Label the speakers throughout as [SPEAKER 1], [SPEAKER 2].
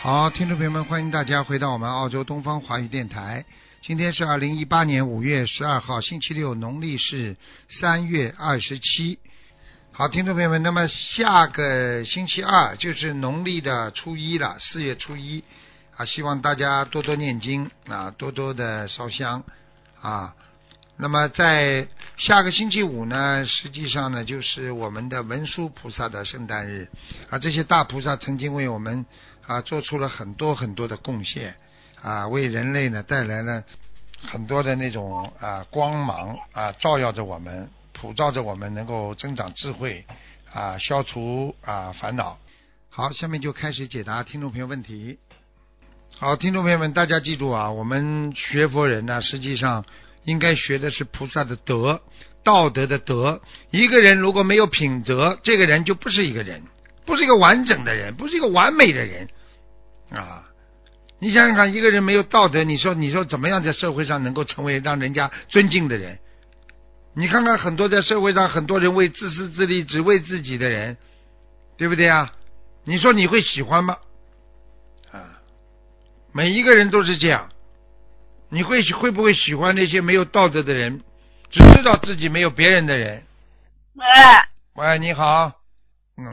[SPEAKER 1] 好，听众朋友们，欢迎大家回到我们澳洲东方华语电台。今天是二零一八年五月十二号，星期六，农历是三月二十七。好，听众朋友们，那么下个星期二就是农历的初一了，四月初一啊，希望大家多多念经啊，多多的烧香啊。那么在下个星期五呢，实际上呢就是我们的文殊菩萨的圣诞日啊，这些大菩萨曾经为我们啊做出了很多很多的贡献啊，为人类呢带来了很多的那种啊光芒啊，照耀着我们，普照着我们，能够增长智慧啊，消除啊烦恼。好，下面就开始解答听众朋友问题。好，听众朋友们，大家记住啊，我们学佛人呢，实际上应该学的是菩萨的德，道德的德。一个人如果没有品德，这个人就不是一个人，不是一个完整的人，不是一个完美的人啊！你想想看，一个人没有道德，你说你说怎么样在社会上能够成为让人家尊敬的人？你看看很多在社会上很多人为自私自利、只为自己的人，对不对啊？你说你会喜欢吗？啊，每一个人都是这样。你会喜会不会喜欢那些没有道德的人，只知道自己没有别人的人？
[SPEAKER 2] 哎，
[SPEAKER 1] 喂，你好，嗯，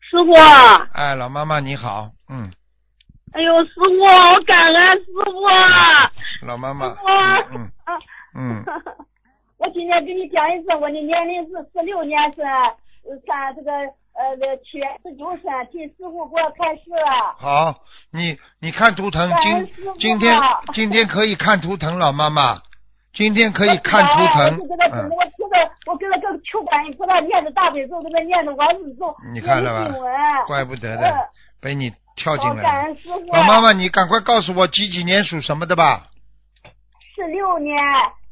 [SPEAKER 2] 师傅，
[SPEAKER 1] 哎，老妈妈你好，嗯，
[SPEAKER 2] 哎呦，师傅，我感恩师傅啊！
[SPEAKER 1] 老妈妈，嗯嗯嗯，
[SPEAKER 2] 我今天给你讲一次，我的年龄是四六年生，呃三这个呃七月十九生，替师傅给我开示。啊
[SPEAKER 1] 好，你你看图腾，今今天今天可以看图腾，老妈妈，今天可以看图腾
[SPEAKER 2] 我就给他，
[SPEAKER 1] 嗯，
[SPEAKER 2] 我给他，我给他个求观音菩萨念的大悲咒，给他念的往生咒，
[SPEAKER 1] 你看了
[SPEAKER 2] 念的经
[SPEAKER 1] 吧？
[SPEAKER 2] 文
[SPEAKER 1] 怪不得
[SPEAKER 2] 呃
[SPEAKER 1] 的，被你跳进
[SPEAKER 2] 好感
[SPEAKER 1] 来了。
[SPEAKER 2] 恩师傅。啊
[SPEAKER 1] 老妈妈，你赶快告诉我几几年属什么的吧？
[SPEAKER 2] 四六年，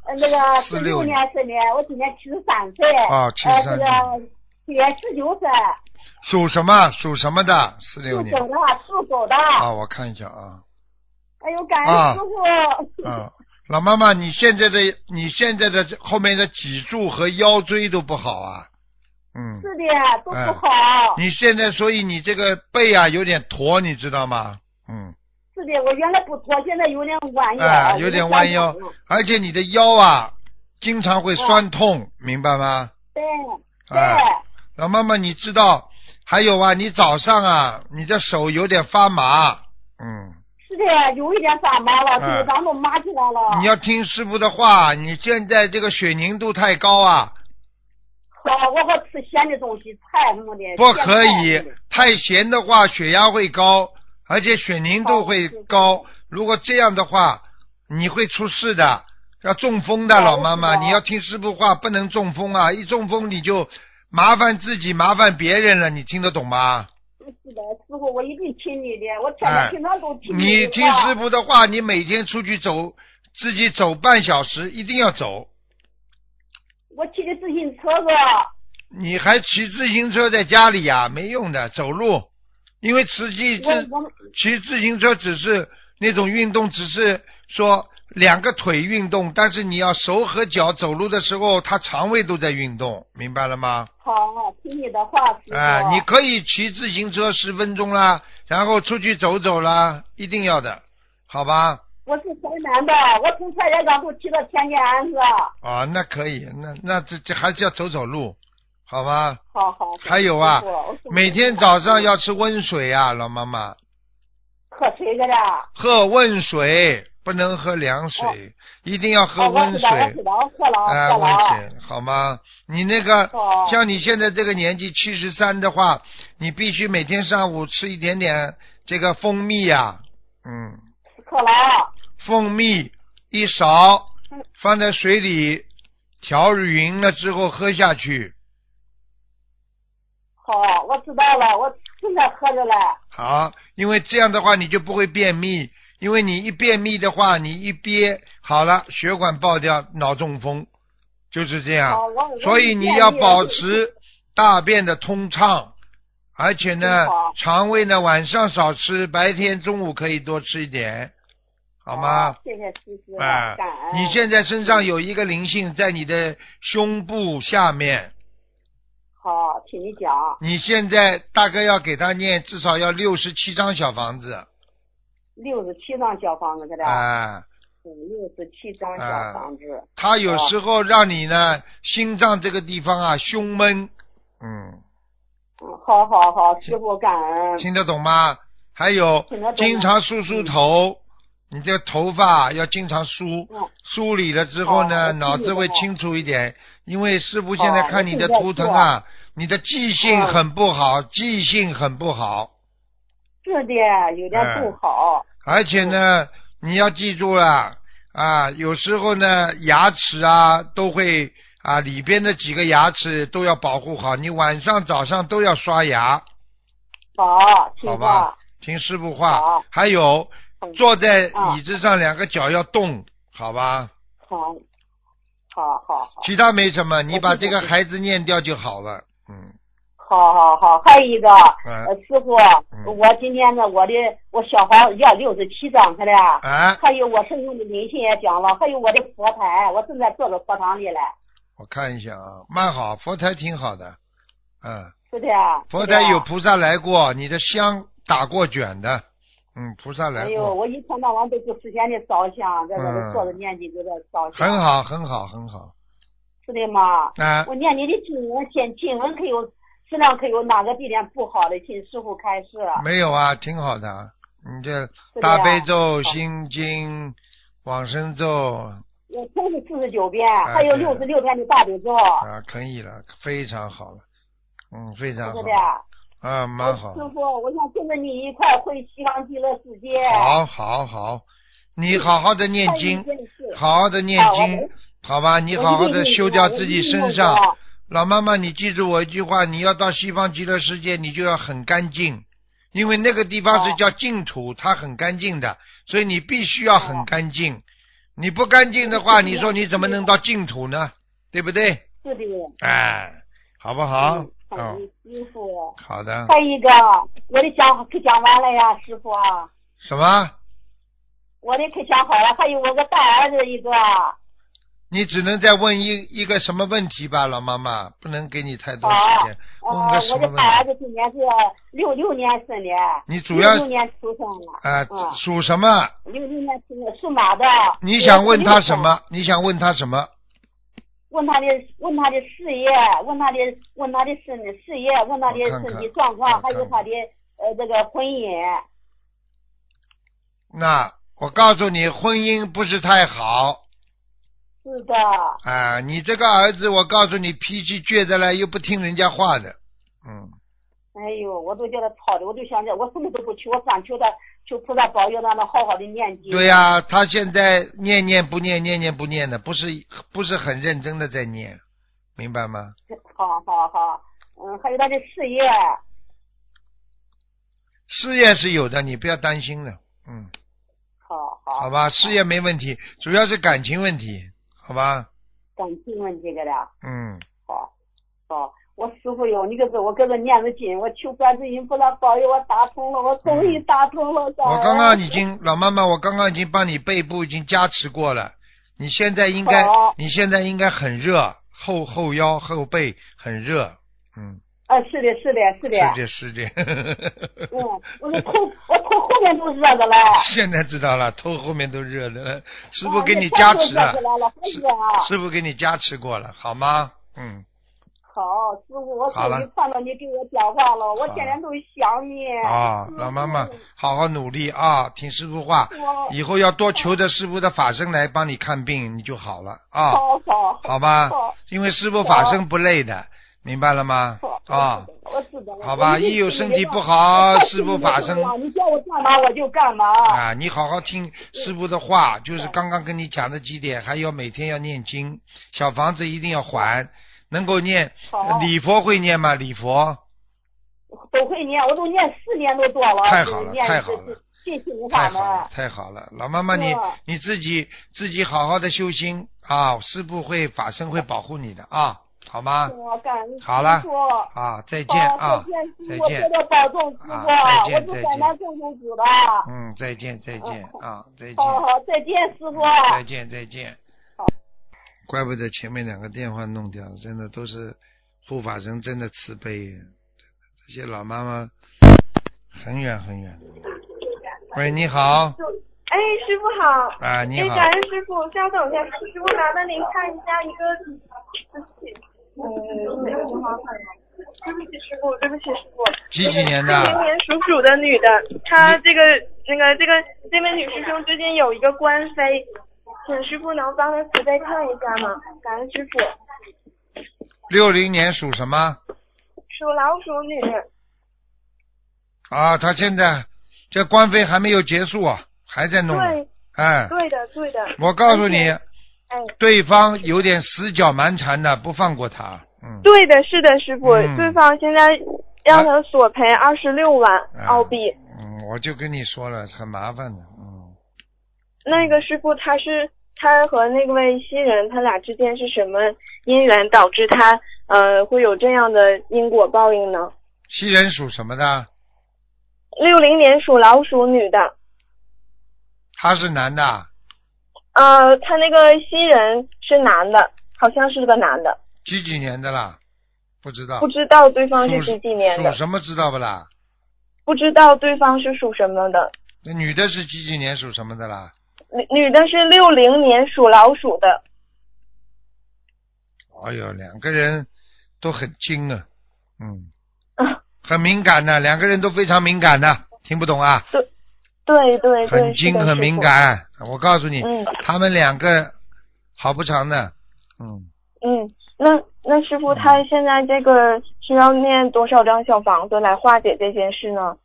[SPEAKER 2] 呃，那个四
[SPEAKER 1] 46
[SPEAKER 2] 六年生的，我今年七十三岁。
[SPEAKER 1] 啊73
[SPEAKER 2] 呃，这个七月十九生，
[SPEAKER 1] 属什么？属什么的？四六
[SPEAKER 2] 属
[SPEAKER 1] 年
[SPEAKER 2] 狗的，属狗的。
[SPEAKER 1] 啊，我看一下啊。
[SPEAKER 2] 哎呦，感
[SPEAKER 1] 啊
[SPEAKER 2] 恩师傅。
[SPEAKER 1] 啊，老妈妈，你现在的你现在的后面的脊柱和腰椎都不好啊，嗯，
[SPEAKER 2] 是的，都不好。
[SPEAKER 1] 你现在所以你这个背啊有点驼，你知道吗？嗯，
[SPEAKER 2] 是的，我原来不驼，现在有点弯腰。
[SPEAKER 1] 哎有点弯腰而且你的腰啊经常会酸痛，明白吗？
[SPEAKER 2] 对。对。
[SPEAKER 1] 哎老妈妈，你知道还有啊，你早上啊你的手有点发麻，嗯，
[SPEAKER 2] 是的，有一点发麻了，
[SPEAKER 1] 哎
[SPEAKER 2] 腿上都麻起来了。
[SPEAKER 1] 你要听师傅的话，你现在这个血凝度太高啊，
[SPEAKER 2] 好，我好吃咸的东西，太什么的。
[SPEAKER 1] 不可
[SPEAKER 2] 咸
[SPEAKER 1] 以
[SPEAKER 2] 菜
[SPEAKER 1] 太咸的话，血压会高，而且血凝度会高。如果这样的话，你会出事的，要中风的，
[SPEAKER 2] 哦
[SPEAKER 1] 老妈妈，
[SPEAKER 2] 我知道
[SPEAKER 1] 你要听师傅话，不能中风啊！一中风你就麻烦自己，麻烦别人了，你听得懂吗？
[SPEAKER 2] 是的，师傅，我一定听你的，我天
[SPEAKER 1] 哎
[SPEAKER 2] 天平常都听
[SPEAKER 1] 你
[SPEAKER 2] 的
[SPEAKER 1] 听
[SPEAKER 2] 话
[SPEAKER 1] 师傅的话，你每天出去走，自己走半小时，一定要走。
[SPEAKER 2] 我骑的自行车子，
[SPEAKER 1] 你还骑自行车在家里呀、没用的，走路，因为实际
[SPEAKER 2] 我
[SPEAKER 1] 这
[SPEAKER 2] 我
[SPEAKER 1] 骑自行车只是那种运动，只是说两个腿运动，但是你要手和脚走路的时候，他肠胃都在运动，明白了吗？
[SPEAKER 2] 好听你的话，师傅。
[SPEAKER 1] 哎、你可以骑自行车十分钟啦，然后出去走走啦，一定要的，好吧？
[SPEAKER 2] 我是河南的，我从蔡家港都骑到天津安河。
[SPEAKER 1] 啊，那可以，那那这这还是要走走路，好吗？
[SPEAKER 2] 好好。
[SPEAKER 1] 还有啊
[SPEAKER 2] 师傅我是
[SPEAKER 1] 每天早上要吃温水啊，老妈妈。
[SPEAKER 2] 喝水的啦。
[SPEAKER 1] 喝温水，不能喝凉水，
[SPEAKER 2] 哦
[SPEAKER 1] 一定要喝
[SPEAKER 2] 哦我
[SPEAKER 1] 温
[SPEAKER 2] 知
[SPEAKER 1] 水
[SPEAKER 2] 道，我。知道，我喝了，
[SPEAKER 1] 哎，
[SPEAKER 2] 喝
[SPEAKER 1] 温
[SPEAKER 2] 了。
[SPEAKER 1] 水好吗？你那个
[SPEAKER 2] 哦
[SPEAKER 1] 像你现在这个年纪七十三的话，你必须每天上午吃一点点这个蜂蜜呀、嗯，
[SPEAKER 2] 喝了。
[SPEAKER 1] 蜂蜜一勺
[SPEAKER 2] 嗯，
[SPEAKER 1] 放在水里调匀了之后喝下去。
[SPEAKER 2] 好，我知道了，我正在喝着嘞。
[SPEAKER 1] 好，因为这样的话你就不会便秘，因为你一便秘的话，你一憋好了，血管爆掉，脑中风，就是这样。
[SPEAKER 2] 好，我我
[SPEAKER 1] 啊所以你要保持大便的通畅，而且呢
[SPEAKER 2] 嗯好，
[SPEAKER 1] 肠胃呢晚上少吃，白天中午可以多吃一点，好吗？？
[SPEAKER 2] 谢谢师傅，
[SPEAKER 1] 哎
[SPEAKER 2] 感恩。
[SPEAKER 1] 你现在身上有一个灵性在你的胸部下面，
[SPEAKER 2] 好，听你讲。
[SPEAKER 1] 你现在大概要给他念至少要六十七张小房子，
[SPEAKER 2] 六十七张小房子给他，
[SPEAKER 1] 啊、
[SPEAKER 2] 六十七张
[SPEAKER 1] 啊
[SPEAKER 2] 小房子，
[SPEAKER 1] 他有时候让你呢心脏这个地方啊胸闷，嗯，
[SPEAKER 2] 嗯，好好好，师傅感恩，
[SPEAKER 1] 听得懂吗？还有
[SPEAKER 2] 听得懂啊
[SPEAKER 1] 经常梳梳头，你这头发要经常梳，
[SPEAKER 2] 嗯
[SPEAKER 1] 梳理了之后
[SPEAKER 2] 好
[SPEAKER 1] 呢，
[SPEAKER 2] 我
[SPEAKER 1] 脑子会
[SPEAKER 2] 听你
[SPEAKER 1] 清楚一点。因为师傅现在
[SPEAKER 2] 好
[SPEAKER 1] 看你的
[SPEAKER 2] 我正在
[SPEAKER 1] 图腾
[SPEAKER 2] 做
[SPEAKER 1] 啊，你的记性
[SPEAKER 2] 嗯
[SPEAKER 1] 很不好，记性很不好，
[SPEAKER 2] 是的，有点不
[SPEAKER 1] 嗯
[SPEAKER 2] 好，
[SPEAKER 1] 而且
[SPEAKER 2] 嗯
[SPEAKER 1] 呢，你要记住了啊，有时候呢，牙齿啊都会啊里边的几个牙齿都要保护好，你晚上早上都要刷牙，
[SPEAKER 2] 好，听
[SPEAKER 1] 好吧
[SPEAKER 2] 话，？
[SPEAKER 1] 听师傅话
[SPEAKER 2] 好。
[SPEAKER 1] 还有
[SPEAKER 2] 嗯
[SPEAKER 1] 坐在
[SPEAKER 2] 啊
[SPEAKER 1] 椅子上，两个脚要动，好吧？
[SPEAKER 2] 好，好好好。
[SPEAKER 1] 其他没什么，你
[SPEAKER 2] 我
[SPEAKER 1] 把
[SPEAKER 2] 记
[SPEAKER 1] 这
[SPEAKER 2] 住
[SPEAKER 1] 个
[SPEAKER 2] 记住
[SPEAKER 1] 孩子念掉就好了。嗯，
[SPEAKER 2] 好好好，还有一个，
[SPEAKER 1] 嗯
[SPEAKER 2] 呃，师傅，
[SPEAKER 1] 嗯
[SPEAKER 2] 我今天呢，我的我小房子要六十七张去了，
[SPEAKER 1] 啊，
[SPEAKER 2] 还有我身上的灵性也讲了，还有我的佛台，我正在坐到佛堂里了，
[SPEAKER 1] 我看一下啊，蛮好，佛台挺好的。嗯，
[SPEAKER 2] 是的啊，
[SPEAKER 1] 佛
[SPEAKER 2] 是的啊
[SPEAKER 1] 台有菩萨来过，你的香打过卷的。嗯，菩萨来
[SPEAKER 2] 哎
[SPEAKER 1] 过。
[SPEAKER 2] 呦，我一天到晚都是时间的烧香，在这
[SPEAKER 1] 嗯
[SPEAKER 2] 里坐着念经，就在烧香，
[SPEAKER 1] 很，好，很好，很好。
[SPEAKER 2] 是的嘛，
[SPEAKER 1] 啊，
[SPEAKER 2] 我念你的经文，经经文可有质量可有哪个地点不好的，请师傅开示，
[SPEAKER 1] 没有啊，挺好的啊。你这
[SPEAKER 2] 是的
[SPEAKER 1] 大
[SPEAKER 2] 啊
[SPEAKER 1] 悲咒、
[SPEAKER 2] 好
[SPEAKER 1] 心经、往生咒啊
[SPEAKER 2] 我都是四十九遍，
[SPEAKER 1] 哎
[SPEAKER 2] 还有
[SPEAKER 1] 对
[SPEAKER 2] 六十六遍的大悲咒，
[SPEAKER 1] 啊，可以了，非常好了。嗯，非常
[SPEAKER 2] 是
[SPEAKER 1] 好
[SPEAKER 2] 的。啊。
[SPEAKER 1] 啊，蛮好。
[SPEAKER 2] 师傅，我想跟着你一块儿回西方极乐世界。
[SPEAKER 1] 好，好，好，你好好的念经，
[SPEAKER 2] 好，
[SPEAKER 1] 好好的念
[SPEAKER 2] 啊
[SPEAKER 1] 经，好吧？你
[SPEAKER 2] 我
[SPEAKER 1] 好好
[SPEAKER 2] 一定
[SPEAKER 1] 的
[SPEAKER 2] 念
[SPEAKER 1] 修
[SPEAKER 2] 经
[SPEAKER 1] 掉
[SPEAKER 2] 我
[SPEAKER 1] 自
[SPEAKER 2] 一
[SPEAKER 1] 己
[SPEAKER 2] 定
[SPEAKER 1] 身
[SPEAKER 2] 念
[SPEAKER 1] 上
[SPEAKER 2] 经。
[SPEAKER 1] 老妈妈，你记住我一句话：你要到西方极乐世界，你就要很干净，因为那个地方是
[SPEAKER 2] 哦
[SPEAKER 1] 叫净土，它很干净的，所以你必须要很
[SPEAKER 2] 哦
[SPEAKER 1] 干净。你不干净的话，
[SPEAKER 2] 嗯
[SPEAKER 1] 你说你怎么能到净土呢？对不对？
[SPEAKER 2] 是的。
[SPEAKER 1] 哎，好不好嗯
[SPEAKER 2] 嗯？
[SPEAKER 1] 哦，
[SPEAKER 2] 师傅，
[SPEAKER 1] 好的。
[SPEAKER 2] 还有一个，我的讲可讲完了呀，师傅啊，
[SPEAKER 1] 什么？
[SPEAKER 2] 我的可讲好了。还有我个大儿子一个，
[SPEAKER 1] 你只能再问一一个什么问题吧，老妈妈，不能给你太多时间。问
[SPEAKER 2] 呃
[SPEAKER 1] 个，嗯什
[SPEAKER 2] 我
[SPEAKER 1] 么
[SPEAKER 2] 的
[SPEAKER 1] 问
[SPEAKER 2] 大儿
[SPEAKER 1] 题？
[SPEAKER 2] 子今年是六六年生的，
[SPEAKER 1] 你主要
[SPEAKER 2] 六六年出生的，
[SPEAKER 1] 啊、
[SPEAKER 2] 嗯，
[SPEAKER 1] 属什么？
[SPEAKER 2] 六六年出生属马的。
[SPEAKER 1] 你想问他什？么？你想问他什么？
[SPEAKER 2] 问他的问他的事业，问他的问他的身事业，问他的
[SPEAKER 1] 我看看
[SPEAKER 2] 身体状况，
[SPEAKER 1] 我看
[SPEAKER 2] 还
[SPEAKER 1] 看
[SPEAKER 2] 有他的呃这个婚姻。
[SPEAKER 1] 那我告诉你，婚姻不是太好
[SPEAKER 2] 是的，
[SPEAKER 1] 啊、你这个儿子，我告诉你，脾气倔着来，又不听人家话的。嗯，
[SPEAKER 2] 哎呦，我都叫他吵的，我都想着我什么都不求，我专求他求菩萨保佑，让他好好的念经。
[SPEAKER 1] 对、呀、他现在念念不念，念念不念的，不是不是很认真的在念，明白吗？
[SPEAKER 2] 好好好，嗯，还有他的事业，
[SPEAKER 1] 事业是有的，你不要担心的。嗯。
[SPEAKER 2] 好好
[SPEAKER 1] 好吧，事业没问题，主要是感情问题，好吧？
[SPEAKER 2] 感情问题给他，
[SPEAKER 1] 嗯，
[SPEAKER 2] 好，好。我师傅哟，你可是我搁这念着经，我求观世音菩萨保佑，我打通了，我终于打通了。感恩
[SPEAKER 1] 嗯我刚刚已经老妈妈，我刚刚已经帮你背部已经加持过了，你现在应该
[SPEAKER 2] 好，
[SPEAKER 1] 你现在应该很热，后后腰后背很热，嗯，
[SPEAKER 2] 啊，是的，是的，是的，
[SPEAKER 1] 是的，是的，
[SPEAKER 2] 嗯，我的头，我头后面都热着了。
[SPEAKER 1] 现在知道了，头后面都热的，师傅
[SPEAKER 2] 啊
[SPEAKER 1] 给你
[SPEAKER 2] 这
[SPEAKER 1] 加
[SPEAKER 2] 头
[SPEAKER 1] 持
[SPEAKER 2] 热
[SPEAKER 1] 了
[SPEAKER 2] 起，来了，还热啊！
[SPEAKER 1] 师傅给你加持过了，好吗？嗯，
[SPEAKER 2] 好，师傅，我
[SPEAKER 1] 好了
[SPEAKER 2] 终于看到你给我讲话了，我
[SPEAKER 1] 好
[SPEAKER 2] 天天都想你。
[SPEAKER 1] 啊
[SPEAKER 2] 师，傅
[SPEAKER 1] 老妈妈，好好努力啊，听师傅话，
[SPEAKER 2] 我
[SPEAKER 1] 以后要多求着师傅的法身来帮你看病，你就好了啊，
[SPEAKER 2] 好好
[SPEAKER 1] 好吧
[SPEAKER 2] 好？
[SPEAKER 1] 因为师傅法身不累的，明白了吗？
[SPEAKER 2] 好
[SPEAKER 1] 啊，，
[SPEAKER 2] 我知道了。
[SPEAKER 1] 好吧
[SPEAKER 2] 我定
[SPEAKER 1] 一有
[SPEAKER 2] 尽
[SPEAKER 1] 身
[SPEAKER 2] 力
[SPEAKER 1] 体
[SPEAKER 2] 了
[SPEAKER 1] 不好
[SPEAKER 2] 我太
[SPEAKER 1] 师
[SPEAKER 2] 尽
[SPEAKER 1] 傅
[SPEAKER 2] 力
[SPEAKER 1] 法
[SPEAKER 2] 了
[SPEAKER 1] 身
[SPEAKER 2] 你叫我干嘛我就干嘛。
[SPEAKER 1] 啊，你好好听师傅的话，就是刚刚跟你讲的几点，还有每天要念经，小房子一定要还，能够念
[SPEAKER 2] 好
[SPEAKER 1] 礼佛会念吗？礼佛
[SPEAKER 2] 都会念，啊我都念四年都多了。
[SPEAKER 1] 太好了
[SPEAKER 2] 念
[SPEAKER 1] 太好了
[SPEAKER 2] 这。这信心
[SPEAKER 1] 太
[SPEAKER 2] 法
[SPEAKER 1] 好
[SPEAKER 2] 门，
[SPEAKER 1] 了，太好了，老妈妈
[SPEAKER 2] 是啊
[SPEAKER 1] 你
[SPEAKER 2] 吧
[SPEAKER 1] 你自己自己好好的修心啊，师傅会法身会保护你的啊，好吗？
[SPEAKER 2] 我哎感恩
[SPEAKER 1] 好了
[SPEAKER 2] 师傅
[SPEAKER 1] 啊，再
[SPEAKER 2] 好，再见
[SPEAKER 1] 见
[SPEAKER 3] 哦
[SPEAKER 1] 啊，
[SPEAKER 2] 师
[SPEAKER 1] 再
[SPEAKER 2] 傅，
[SPEAKER 1] 见
[SPEAKER 2] 多多保重，师傅，
[SPEAKER 1] 啊再见
[SPEAKER 2] 我是
[SPEAKER 1] 再
[SPEAKER 2] 海
[SPEAKER 1] 见
[SPEAKER 2] 南郑州府的。
[SPEAKER 1] 嗯，再见再见
[SPEAKER 3] 哦
[SPEAKER 1] 啊，再见
[SPEAKER 2] 好好，再见，师傅。啊
[SPEAKER 1] 再见再见
[SPEAKER 2] 好。
[SPEAKER 1] 怪不得前面两个电话弄掉了，真的都是护法神真的慈悲，这些老妈妈很远很远的。喂，你好，
[SPEAKER 3] 哎，师傅好。
[SPEAKER 1] 啊，你
[SPEAKER 3] 哎，
[SPEAKER 1] 好，
[SPEAKER 3] 感恩师傅，稍等一下，师傅麻烦您看一下一个，对不起，嗯，没有什么对不起师傅，对不起师傅。
[SPEAKER 1] 几几年
[SPEAKER 3] 是明
[SPEAKER 1] 的？
[SPEAKER 3] 年属鼠的女的，她这个那个这个这位女师兄最近有一个官非，请师傅能帮她慈悲看一下吗？感恩师傅。
[SPEAKER 1] 六零年属什么？
[SPEAKER 3] 属老鼠女，
[SPEAKER 1] 啊，他现在这官非还没有结束啊，还在弄呢。
[SPEAKER 3] 对
[SPEAKER 1] 哎，
[SPEAKER 3] 对的对的，
[SPEAKER 1] 我告诉你
[SPEAKER 3] 而，哎，
[SPEAKER 1] 对方有点死绞蛮缠的，不放过他。嗯，
[SPEAKER 3] 对的是的师傅，
[SPEAKER 1] 嗯
[SPEAKER 3] 对方现在让她索赔二十六万澳币。
[SPEAKER 1] 嗯，我就跟你说了，很麻烦的。嗯，
[SPEAKER 3] 那个师傅他是他和那位新人他俩之间是什么因缘导致他呃会有这样的因果报应呢？
[SPEAKER 1] 西人属什么的？
[SPEAKER 3] 六零年属老鼠女的，
[SPEAKER 1] 他是男的，
[SPEAKER 3] 呃，他那个新人是男的，好像是个男的，
[SPEAKER 1] 几几年的啦？不知道
[SPEAKER 3] 不。知道对方是
[SPEAKER 1] 啊属
[SPEAKER 3] 几几年的
[SPEAKER 1] 属，什么知道不啦？
[SPEAKER 3] 不知道对方是属什么的。
[SPEAKER 1] 那女的是几几年属什么的啦？
[SPEAKER 3] 女女的是六零年属老鼠的，
[SPEAKER 1] 哎呦，两个人都很精啊，嗯，
[SPEAKER 3] 啊
[SPEAKER 1] 很敏感的，两个人都非常敏感的，听不懂啊？
[SPEAKER 3] 对哎对对，
[SPEAKER 1] 很
[SPEAKER 3] 是
[SPEAKER 1] 精
[SPEAKER 3] 的
[SPEAKER 1] 很
[SPEAKER 3] 师
[SPEAKER 1] 敏
[SPEAKER 3] 傅。
[SPEAKER 1] 感，我告诉你，
[SPEAKER 3] 嗯
[SPEAKER 1] 他们两个好不长的，嗯，
[SPEAKER 3] 嗯，那那师傅他现在这个需要念多少张小房子来化解这件事呢？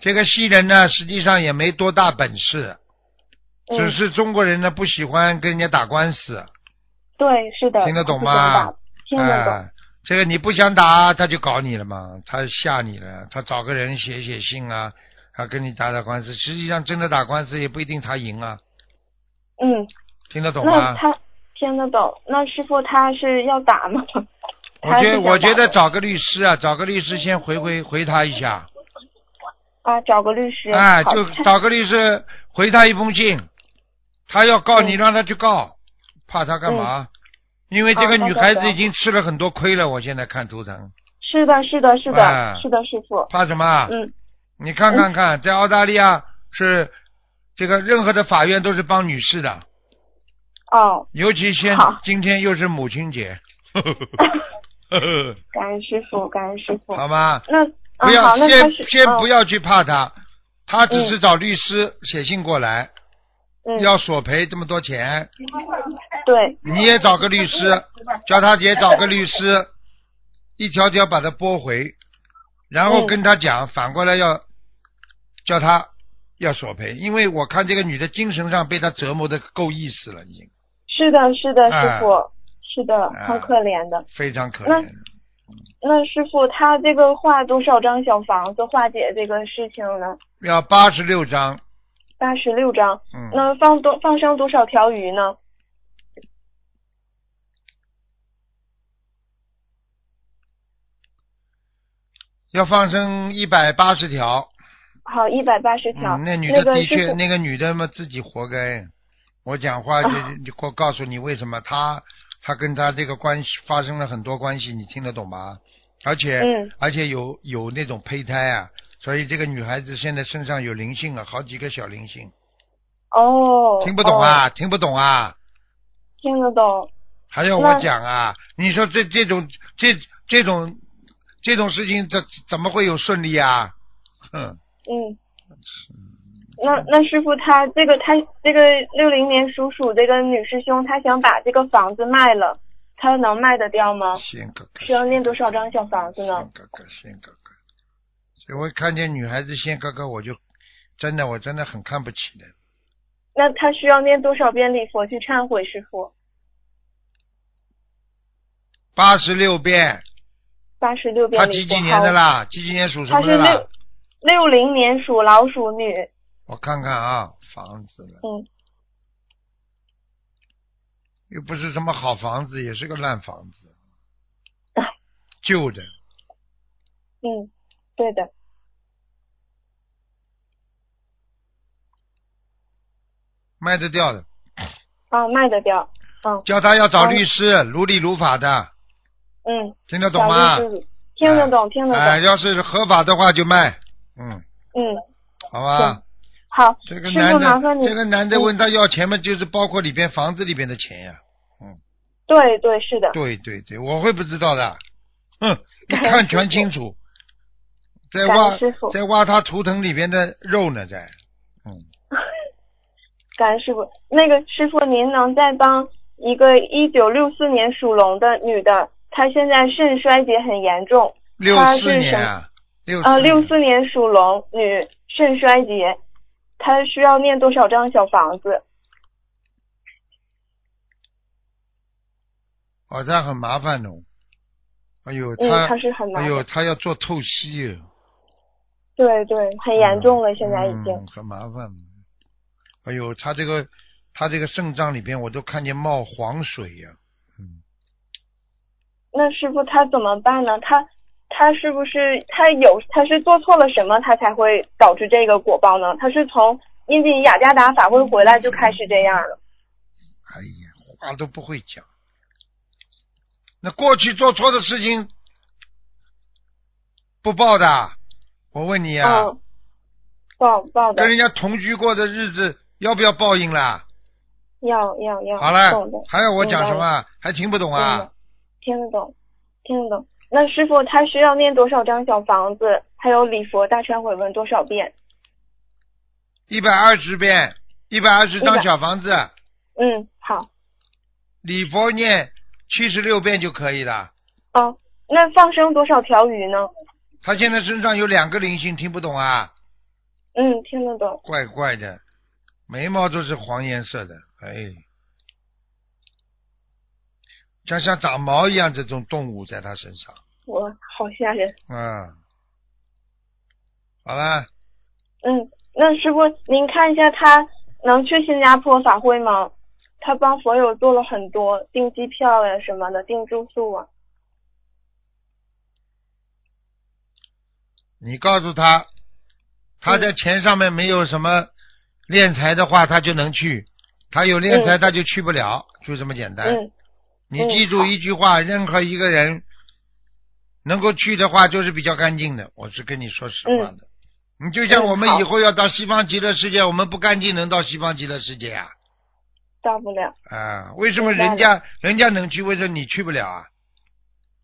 [SPEAKER 1] 这个西人呢，实际上也没多大本事，
[SPEAKER 3] 嗯
[SPEAKER 1] 只是中国人呢不喜欢跟人家打官司，
[SPEAKER 3] 对，是的，
[SPEAKER 1] 听得懂
[SPEAKER 3] 不想
[SPEAKER 1] 吗
[SPEAKER 3] 打？听得懂。
[SPEAKER 1] 哎这个你不想打，他就搞你了嘛，他吓你了，他找个人写写信啊，他跟你打打官司。实际上真的打官司也不一定他赢啊，
[SPEAKER 3] 嗯，
[SPEAKER 1] 听得懂
[SPEAKER 3] 那
[SPEAKER 1] 吗？
[SPEAKER 3] 他听得懂。那师傅他是要打吗？
[SPEAKER 1] 我
[SPEAKER 3] 他
[SPEAKER 1] 觉
[SPEAKER 3] 是
[SPEAKER 1] 得
[SPEAKER 3] 想
[SPEAKER 1] 我觉
[SPEAKER 3] 打
[SPEAKER 1] 得
[SPEAKER 3] 的
[SPEAKER 1] 找个律师啊，找个律师先回回回他一下，
[SPEAKER 3] 啊，找个律师。
[SPEAKER 1] 哎，
[SPEAKER 3] 好
[SPEAKER 1] 就
[SPEAKER 3] 他
[SPEAKER 1] 找个律师回他一封信，他要告你
[SPEAKER 3] 嗯
[SPEAKER 1] 让他去告，怕他干嘛？因为这
[SPEAKER 3] 啊
[SPEAKER 1] 个
[SPEAKER 3] 那
[SPEAKER 1] 女
[SPEAKER 3] 他
[SPEAKER 1] 孩
[SPEAKER 3] 不
[SPEAKER 1] 子
[SPEAKER 3] 要
[SPEAKER 1] 已经吃了很多亏了，我现在看图腾，
[SPEAKER 3] 是的，是的，是
[SPEAKER 1] 哎
[SPEAKER 3] 的，是的，师傅。
[SPEAKER 1] 怕什么啊？
[SPEAKER 3] 嗯，
[SPEAKER 1] 你看看看，在澳大利亚是这个任何的法院都是帮女士的，
[SPEAKER 3] 哦，
[SPEAKER 1] 尤其现
[SPEAKER 3] 好
[SPEAKER 1] 今天又是母亲 节，
[SPEAKER 3] 感恩师傅，感恩师傅。
[SPEAKER 1] 好吗？
[SPEAKER 3] 那
[SPEAKER 1] 不
[SPEAKER 3] 嗯，
[SPEAKER 1] 要、
[SPEAKER 3] 好，那他
[SPEAKER 1] 先
[SPEAKER 3] 是
[SPEAKER 1] 先
[SPEAKER 3] 嗯
[SPEAKER 1] 不要去怕他，他只是找律师写信过来，
[SPEAKER 3] 嗯，
[SPEAKER 1] 要索赔这么多钱，
[SPEAKER 3] 对，
[SPEAKER 1] 你也找个律师，叫他也找个律师，一条条把他驳回，然后
[SPEAKER 3] 嗯
[SPEAKER 1] 跟他讲，反过来要叫他要索赔，因为我看这个女的精神上被他折磨的够意思了，已经
[SPEAKER 3] 是的，是的，
[SPEAKER 1] 哎
[SPEAKER 3] 师傅，是的，
[SPEAKER 1] 哎
[SPEAKER 3] 很可怜的。
[SPEAKER 1] 非常可
[SPEAKER 3] 那
[SPEAKER 1] 怜。
[SPEAKER 3] 那师傅，他这个画多少张小房子化解这个事情呢？
[SPEAKER 1] 要八十六张，
[SPEAKER 3] 八十六张。
[SPEAKER 1] 嗯，
[SPEAKER 3] 那放多放生多少条鱼呢？
[SPEAKER 1] 要放生一百八十条。
[SPEAKER 3] 好，一百八十条。
[SPEAKER 1] 嗯，那女的
[SPEAKER 3] 个
[SPEAKER 1] 的
[SPEAKER 3] 师
[SPEAKER 1] 确，
[SPEAKER 3] 傅
[SPEAKER 1] 那个女的嘛自己活该。我讲话就
[SPEAKER 3] 啊
[SPEAKER 1] 就我告诉你为什么她她跟她这个关系发生了很多关系，你听得懂吗？而且、
[SPEAKER 3] 嗯
[SPEAKER 1] 而且有有那种胚胎啊，所以这个女孩子现在身上有灵性啊，好几个小灵性，
[SPEAKER 3] 哦，
[SPEAKER 1] 听不懂
[SPEAKER 3] 哦
[SPEAKER 1] 啊，听不懂啊，
[SPEAKER 3] 听得懂。
[SPEAKER 1] 还要我
[SPEAKER 3] 那
[SPEAKER 1] 讲啊？你说这这种这这种这种事情怎怎么会有顺利啊？哼，
[SPEAKER 3] 嗯。那那师傅他这个他这个六零年属鼠这个女师兄，她想把这个房子卖了，她能卖得掉吗？
[SPEAKER 1] 先哥哥
[SPEAKER 3] 需要念多少张小房子呢
[SPEAKER 1] 仙？哥哥，仙哥哥，所以我看见女孩子仙哥哥，我就真的我真的很看不起的。
[SPEAKER 3] 那她需要念多少遍礼佛去忏悔？师傅，
[SPEAKER 1] 八十六遍，
[SPEAKER 3] 八十六遍
[SPEAKER 1] 她
[SPEAKER 3] 礼
[SPEAKER 1] 几
[SPEAKER 3] 佛。
[SPEAKER 1] 几年
[SPEAKER 3] 好
[SPEAKER 1] 的啦？几几年属什
[SPEAKER 3] 她
[SPEAKER 1] 么
[SPEAKER 3] 是
[SPEAKER 1] 的啦
[SPEAKER 3] 六？六零年属老鼠女，
[SPEAKER 1] 我看看啊，房子了，
[SPEAKER 3] 嗯，
[SPEAKER 1] 又不是什么好房子，也是个烂房子
[SPEAKER 3] 哎，
[SPEAKER 1] 旧的。
[SPEAKER 3] 嗯，对的，
[SPEAKER 1] 卖得掉的，
[SPEAKER 3] 啊，卖得掉，嗯哦
[SPEAKER 1] 叫他要找律师，如理如法的，
[SPEAKER 3] 嗯，
[SPEAKER 1] 听得
[SPEAKER 3] 小
[SPEAKER 1] 懂吗？
[SPEAKER 3] 律师，听得懂，听得懂。
[SPEAKER 1] 哎，要是合法的话就卖，嗯，
[SPEAKER 3] 嗯，
[SPEAKER 1] 好吧
[SPEAKER 3] 行。好，
[SPEAKER 1] 这
[SPEAKER 3] 师
[SPEAKER 1] 个
[SPEAKER 3] 傅
[SPEAKER 1] 男
[SPEAKER 3] 麻烦
[SPEAKER 1] 的，
[SPEAKER 3] 你。
[SPEAKER 1] 这个男的问他要钱嘛，就是包括里边房子里边的钱呀、
[SPEAKER 3] 对对是的，
[SPEAKER 1] 对对对，我会不知道的，哼，一看全清楚。在
[SPEAKER 3] 感
[SPEAKER 1] 挖
[SPEAKER 3] 恩师傅
[SPEAKER 1] 在挖他图腾里边的肉呢，在。
[SPEAKER 3] 感恩师傅。那个师傅，您能再帮一个一九六四年属龙的女的，她现在肾衰竭很严重，
[SPEAKER 1] 六
[SPEAKER 3] 他
[SPEAKER 1] 四
[SPEAKER 3] 是
[SPEAKER 1] 年
[SPEAKER 3] 什么
[SPEAKER 1] 啊，六
[SPEAKER 3] 呃，六
[SPEAKER 1] 四
[SPEAKER 3] 四年属龙女，肾衰竭，她需要念多少张小房子？
[SPEAKER 1] 哦，他很麻烦哦。哎呦，
[SPEAKER 3] 嗯，
[SPEAKER 1] 他
[SPEAKER 3] 她是很麻
[SPEAKER 1] 哎
[SPEAKER 3] 烦，
[SPEAKER 1] 呦，他要做透析了，
[SPEAKER 3] 对对，很严重了，现在已经。
[SPEAKER 1] 嗯嗯很麻烦。哎呦，他这个他这个肾脏里边我都看见冒黄水呀、嗯，
[SPEAKER 3] 那师傅她怎么办呢？她她是不是她有她是做错了什么，她才会导致这个果报呢？她是从印尼雅加达法会回来就开始这样了。
[SPEAKER 1] 哎呀，话都不会讲。那过去做错的事情不报的，我问你啊，
[SPEAKER 3] 嗯，报报的
[SPEAKER 1] 跟人家同居过的日子要不要报应啦？
[SPEAKER 3] 要要要，
[SPEAKER 1] 好了
[SPEAKER 3] 哦懂的，
[SPEAKER 1] 还要我讲什么？还听不懂
[SPEAKER 3] 听
[SPEAKER 1] 啊
[SPEAKER 3] 得？听得懂，听得懂。那师傅他需要念多少张小房子？还有礼佛大忏悔文多少遍？
[SPEAKER 1] 一百二十遍，一百二十张
[SPEAKER 3] 120
[SPEAKER 1] 小房子，
[SPEAKER 3] 嗯，好。
[SPEAKER 1] 礼佛念七十六遍就可以了。
[SPEAKER 3] 哦，那放生多少条鱼呢？
[SPEAKER 1] 他现在身上有两个灵性，听不懂啊，
[SPEAKER 3] 嗯，听得懂。
[SPEAKER 1] 怪怪的，眉毛都是黄颜色的，哎，像像长毛一样这种动物在他身上
[SPEAKER 3] 我好吓人。
[SPEAKER 1] 啊、好了，
[SPEAKER 3] 嗯，那师傅，您看一下他能去新加坡法会吗？他帮佛友做了很多订机票呀什么的，订住宿啊。
[SPEAKER 1] 你告诉他，他在钱上面没有什么敛财的话，他就能去；他有敛财，
[SPEAKER 3] 嗯
[SPEAKER 1] 他就去不了，就这么简单。
[SPEAKER 3] 嗯
[SPEAKER 1] 你记住
[SPEAKER 3] 哦好
[SPEAKER 1] 一句话：任何一个人能够去的话，就是比较干净的。我是跟你说实话的。你就像
[SPEAKER 3] 嗯
[SPEAKER 1] 我们
[SPEAKER 3] 好
[SPEAKER 1] 以后要到西方极乐世界，我们不干净能到西方极乐世界啊？
[SPEAKER 3] 到不了。
[SPEAKER 1] 啊，为什么
[SPEAKER 3] 明白
[SPEAKER 1] 人家人家能去，为什么你去不了啊？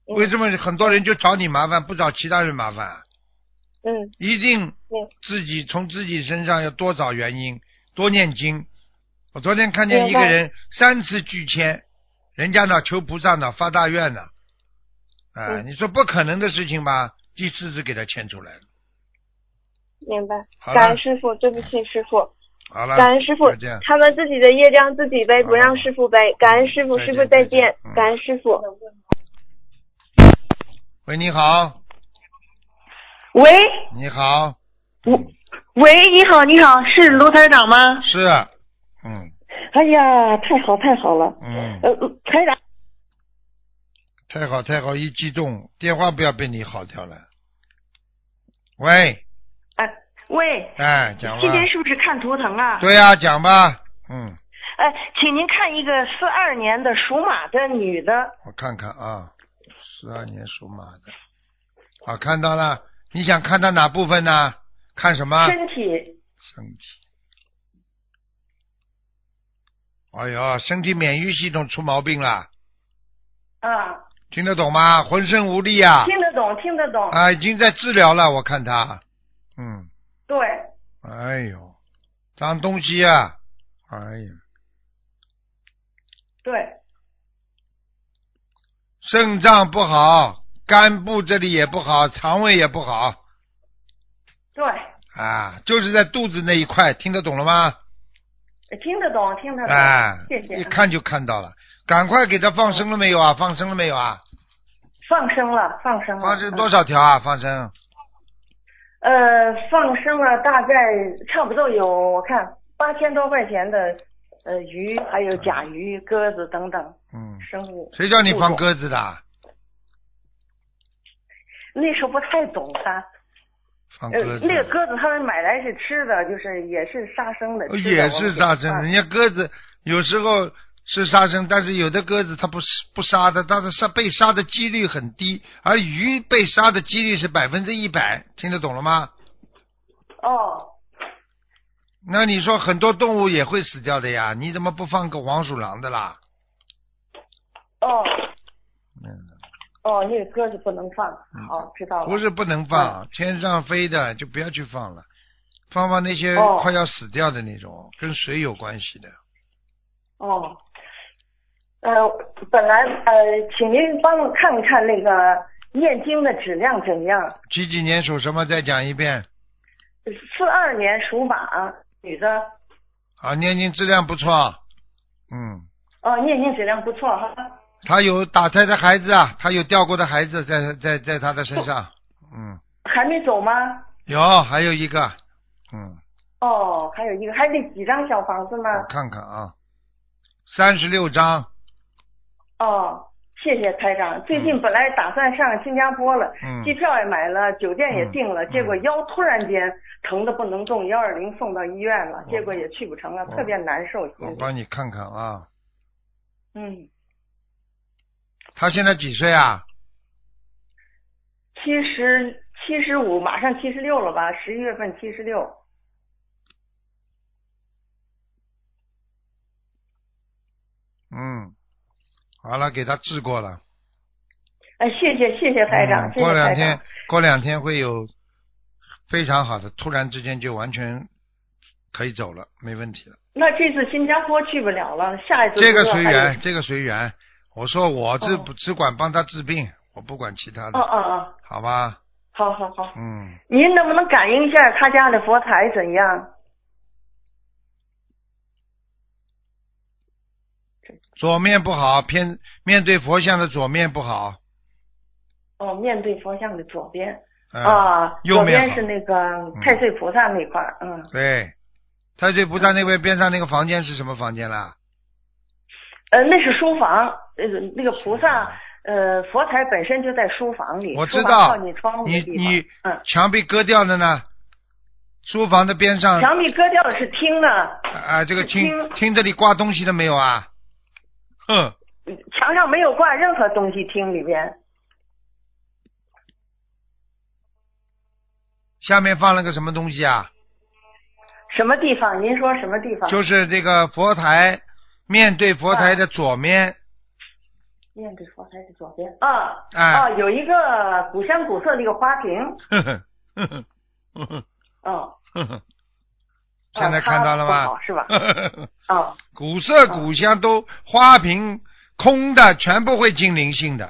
[SPEAKER 3] 嗯
[SPEAKER 1] 为什么很多人就找你麻烦，不找其他人麻烦啊？
[SPEAKER 3] 嗯
[SPEAKER 1] 一定
[SPEAKER 3] 嗯
[SPEAKER 1] 自己从自己身上要多找原因，多念经。我昨天看见一个人三次拒签，人家呢求菩萨呢发大愿呢，啊、
[SPEAKER 3] 嗯
[SPEAKER 1] 你说不可能的事情吧？第四次给他签出来了，
[SPEAKER 3] 明白。
[SPEAKER 1] 好了
[SPEAKER 3] 感恩，师傅，对不起师傅，
[SPEAKER 1] 好了，
[SPEAKER 3] 感恩师傅
[SPEAKER 1] 再见，
[SPEAKER 3] 他们自己的业障自己背，不
[SPEAKER 1] 好
[SPEAKER 3] 让师傅背。感恩师傅，
[SPEAKER 1] 再见
[SPEAKER 3] 师傅再见
[SPEAKER 1] 再见嗯。
[SPEAKER 3] 感恩师傅。
[SPEAKER 1] 喂，你好，
[SPEAKER 4] 喂
[SPEAKER 1] 你好，
[SPEAKER 4] 喂，你好，你好，是卢台长吗？
[SPEAKER 1] 是，嗯
[SPEAKER 4] 哎呀，太好太好了，
[SPEAKER 1] 嗯，
[SPEAKER 4] 呃，台长，
[SPEAKER 1] 太好太好，一激动，电话不要被你好掉了。喂，
[SPEAKER 4] 啊，喂，
[SPEAKER 1] 哎，讲吧
[SPEAKER 4] 今，天是不是看图腾啊？，
[SPEAKER 1] 对呀、讲吧，嗯，
[SPEAKER 4] 哎，请您看一个四二年的属马的女的，
[SPEAKER 1] 我看看啊，十二年属马的，啊，看到了。你想看他哪部分呢？看什么？
[SPEAKER 4] 身体，
[SPEAKER 1] 身体。哎呦，身体免疫系统出毛病了，
[SPEAKER 4] 啊，
[SPEAKER 1] 听得懂吗？浑身无力啊！
[SPEAKER 4] 听得懂，听得懂，
[SPEAKER 1] 啊，已经在治疗了，我看他，嗯，
[SPEAKER 4] 对，
[SPEAKER 1] 哎呦，长东西啊，哎呀，
[SPEAKER 4] 对，
[SPEAKER 1] 肾脏不好，肝部这里也不好，肠胃也不好
[SPEAKER 4] 对，
[SPEAKER 1] 啊，就是在肚子那一块，听得懂了吗？
[SPEAKER 4] 听得懂，听得懂，
[SPEAKER 1] 哎，
[SPEAKER 4] 嗯谢谢啊
[SPEAKER 1] 一，看就看到了，赶快给他放生了没有啊？放生了没有啊？
[SPEAKER 4] 放生了，放生了，
[SPEAKER 1] 放生多少条啊？放生
[SPEAKER 4] 呃，放生了大概差不多有，我看八千多块钱的，呃，鱼还有甲鱼、鸽子等等
[SPEAKER 1] 嗯，
[SPEAKER 4] 生物。
[SPEAKER 1] 谁叫你放
[SPEAKER 4] 物种？
[SPEAKER 1] 鸽子的？啊
[SPEAKER 4] 那时候不太懂它，
[SPEAKER 1] 放
[SPEAKER 4] 呃
[SPEAKER 1] 鸽，子
[SPEAKER 4] 那个鸽子他们买来是吃的，就是也是杀生的，吃的
[SPEAKER 1] 哦也是杀
[SPEAKER 4] 我
[SPEAKER 1] 生，
[SPEAKER 4] 们
[SPEAKER 1] 人
[SPEAKER 4] 给
[SPEAKER 1] 家鸽子有时候是杀生，但是有的鸽子它不是不杀的，但是杀被杀的几率很低，而鱼被杀的几率是百分之一百，听得懂了吗？
[SPEAKER 4] 哦，
[SPEAKER 1] 那你说很多动物也会死掉的呀，你怎么不放个黄鼠狼的啦？
[SPEAKER 4] 哦，
[SPEAKER 1] 嗯，
[SPEAKER 4] 哦，那个鸽子不能放。好，知道了。
[SPEAKER 1] 不是不能放，天上飞的就不要去放了，放放那些
[SPEAKER 4] 哦
[SPEAKER 1] 快要死掉的那种，跟水有关系的。
[SPEAKER 4] 哦，呃，本来呃，请您帮我看一看那个念经的质量怎样？
[SPEAKER 1] 几几年属什么？再讲一遍
[SPEAKER 4] 四二年属马，女的，
[SPEAKER 1] 啊，念经质量不错，嗯，
[SPEAKER 4] 哦，念经质量不错哈。
[SPEAKER 1] 他有打胎的孩子啊，他有掉过的孩子在在在他的身
[SPEAKER 4] 哦
[SPEAKER 1] 上，嗯，
[SPEAKER 4] 还没走吗？
[SPEAKER 1] 有还有一个，嗯，
[SPEAKER 4] 哦，还有一个，还得几张小房子吗？
[SPEAKER 1] 我看看啊，三十六章，
[SPEAKER 4] 哦，谢谢台长。最近本来打算上新加坡了，
[SPEAKER 1] 嗯
[SPEAKER 4] 机票也买了，酒店也订了，
[SPEAKER 1] 嗯
[SPEAKER 4] 结果腰突然间疼的不能动，幺二零送到医院了，结果也去不成了，
[SPEAKER 1] 我
[SPEAKER 4] 特别难受，心
[SPEAKER 1] 我
[SPEAKER 4] 里。
[SPEAKER 1] 帮你看看啊，
[SPEAKER 4] 嗯，
[SPEAKER 1] 他现在几岁啊？
[SPEAKER 4] 七十七十五，马上七十六了吧？十一月份七十六。
[SPEAKER 1] 嗯，好了，给他治过了。
[SPEAKER 4] 哎，谢谢谢谢台长，
[SPEAKER 1] 嗯
[SPEAKER 4] 谢
[SPEAKER 1] 过
[SPEAKER 4] 谢台
[SPEAKER 1] 两
[SPEAKER 4] 长
[SPEAKER 1] 天。，过两天会有非常好的，突然之间就完全可以走了，没问题了。
[SPEAKER 4] 那这次新加坡去不了了，下一次
[SPEAKER 1] 这个
[SPEAKER 4] 不知道
[SPEAKER 1] 随
[SPEAKER 4] 还有
[SPEAKER 1] 缘，。这个随缘。我说我只、
[SPEAKER 4] 哦
[SPEAKER 1] 只管帮他治病，我不管其他的，
[SPEAKER 4] 哦哦哦，
[SPEAKER 1] 好吧？
[SPEAKER 4] 好好好，
[SPEAKER 1] 嗯，
[SPEAKER 4] 您能不能感应一下他家的佛台怎样？
[SPEAKER 1] 左面不好，偏面对佛像的左面不好。
[SPEAKER 4] 哦，面对佛像的左边。
[SPEAKER 1] 嗯、
[SPEAKER 4] 啊，
[SPEAKER 1] 右
[SPEAKER 4] 左
[SPEAKER 1] 面
[SPEAKER 4] 边
[SPEAKER 1] 好
[SPEAKER 4] 是那个
[SPEAKER 1] 嗯
[SPEAKER 4] 太岁菩萨那块儿，嗯，
[SPEAKER 1] 对，太岁菩萨那位边上那个房间是什么房间啦？
[SPEAKER 4] 呃，那是书房，呃，那个菩萨，呃，佛台本身就在书房里，
[SPEAKER 1] 我
[SPEAKER 4] 书
[SPEAKER 1] 知
[SPEAKER 4] 房
[SPEAKER 1] 道
[SPEAKER 4] 靠近窗户
[SPEAKER 1] 你
[SPEAKER 4] 的地方，
[SPEAKER 1] 你
[SPEAKER 4] 嗯，
[SPEAKER 1] 墙壁割掉的呢？书房的边上
[SPEAKER 4] 墙壁割掉的是厅呢，
[SPEAKER 1] 啊，这个
[SPEAKER 4] 听
[SPEAKER 1] 听听这里挂东西了没有啊？哼，
[SPEAKER 4] 墙上没有挂任何东西，厅里边，
[SPEAKER 1] 下面放了个什么东西啊？
[SPEAKER 4] 什么地方？您说什么地方？
[SPEAKER 1] 就是这个佛台，面对佛台的左面，
[SPEAKER 4] 面对佛台的左边，啊，
[SPEAKER 1] 哎
[SPEAKER 4] 啊，有一个古香古色的一个花瓶，
[SPEAKER 1] 呵呵呵呵呵呵
[SPEAKER 4] 嗯，
[SPEAKER 1] 呵呵，
[SPEAKER 4] 啊
[SPEAKER 1] 现在看到了
[SPEAKER 4] 它不好
[SPEAKER 1] 吗？嗯
[SPEAKER 4] 是吧？ 啊，
[SPEAKER 1] 古色古香都花瓶空的，全部会进灵性的，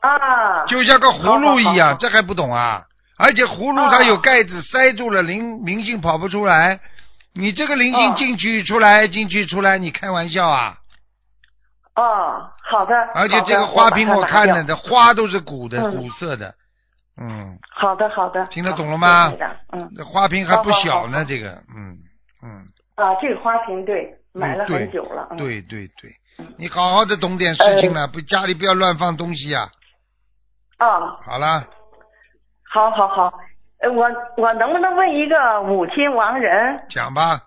[SPEAKER 4] 啊，
[SPEAKER 1] 就像个葫芦一
[SPEAKER 4] 好好好
[SPEAKER 1] 样，这还不懂啊？而且葫芦它有盖子塞住了，灵灵性跑不出来。你这个灵性
[SPEAKER 4] 哦
[SPEAKER 1] 进去出来进去出来，你开玩笑啊？
[SPEAKER 4] 哦，好的，
[SPEAKER 1] 而且
[SPEAKER 4] 好的
[SPEAKER 1] 这个花瓶
[SPEAKER 4] 我
[SPEAKER 1] 我
[SPEAKER 4] 把它拿
[SPEAKER 1] 看
[SPEAKER 4] 掉
[SPEAKER 1] 了，这花都是鼓的、
[SPEAKER 4] 嗯
[SPEAKER 1] 古色的，嗯，
[SPEAKER 4] 好的，好的，
[SPEAKER 1] 听得懂了
[SPEAKER 4] 好
[SPEAKER 1] 吗
[SPEAKER 4] 谢谢台长嗯，
[SPEAKER 1] 这花瓶还不小
[SPEAKER 4] 好好
[SPEAKER 1] 呢，
[SPEAKER 4] 好
[SPEAKER 1] 这个，嗯嗯，
[SPEAKER 4] 啊，这个花瓶对，买了
[SPEAKER 1] 对
[SPEAKER 4] 很久了，嗯，哎
[SPEAKER 1] 对对对，你好好的懂点事情啊了，不家里不要乱放东西呀、
[SPEAKER 4] 啊，
[SPEAKER 1] 好了，
[SPEAKER 4] 好好好，呃，我我能不能问一个母亲亡人，
[SPEAKER 1] 讲吧，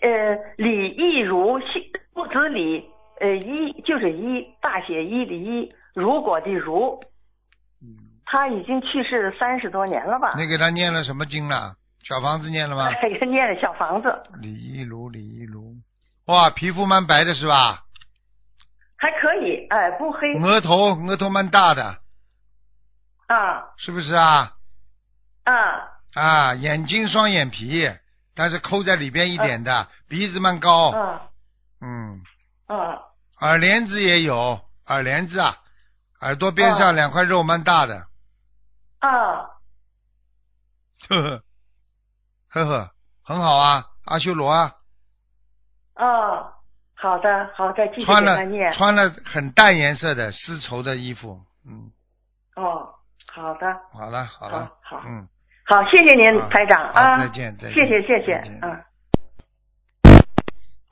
[SPEAKER 4] 呃，李亦如，姓木子李，呃，一就是一，大写一的一，如果的如，
[SPEAKER 1] 嗯
[SPEAKER 4] 他已经去世三十多年了吧？
[SPEAKER 1] 你给他念了什么经了？小房子念了 吗？
[SPEAKER 4] 给他念了小房子，
[SPEAKER 1] 李一如，李一如，哇，皮肤蛮白的是吧？
[SPEAKER 4] 还可以，哎，不黑
[SPEAKER 1] 额头额头蛮大的，
[SPEAKER 4] 啊
[SPEAKER 1] 是不是啊？
[SPEAKER 4] 啊
[SPEAKER 1] 啊，眼睛双眼皮，但是抠在里边一点的，
[SPEAKER 4] 嗯
[SPEAKER 1] 鼻子蛮高，
[SPEAKER 4] 啊
[SPEAKER 1] 嗯，
[SPEAKER 4] 啊
[SPEAKER 1] 耳帘子也有，耳帘子啊，耳朵边
[SPEAKER 4] 嗯
[SPEAKER 1] 上两块肉蛮大的，
[SPEAKER 4] 啊，
[SPEAKER 1] 呵呵，呵呵，很好啊，阿修罗啊，
[SPEAKER 4] 哦，好的，好，再继续
[SPEAKER 1] 穿
[SPEAKER 4] 给他
[SPEAKER 1] 了
[SPEAKER 4] 念。
[SPEAKER 1] 穿了很淡颜色的丝绸的衣服，嗯，
[SPEAKER 4] 哦，好的，
[SPEAKER 1] 好了好了，
[SPEAKER 4] 好好
[SPEAKER 1] 嗯，
[SPEAKER 4] 好，谢谢您，
[SPEAKER 1] 好
[SPEAKER 4] 台长
[SPEAKER 1] 好
[SPEAKER 4] 啊，
[SPEAKER 1] 再见再见
[SPEAKER 4] 谢谢谢谢
[SPEAKER 1] 再见，
[SPEAKER 4] 嗯，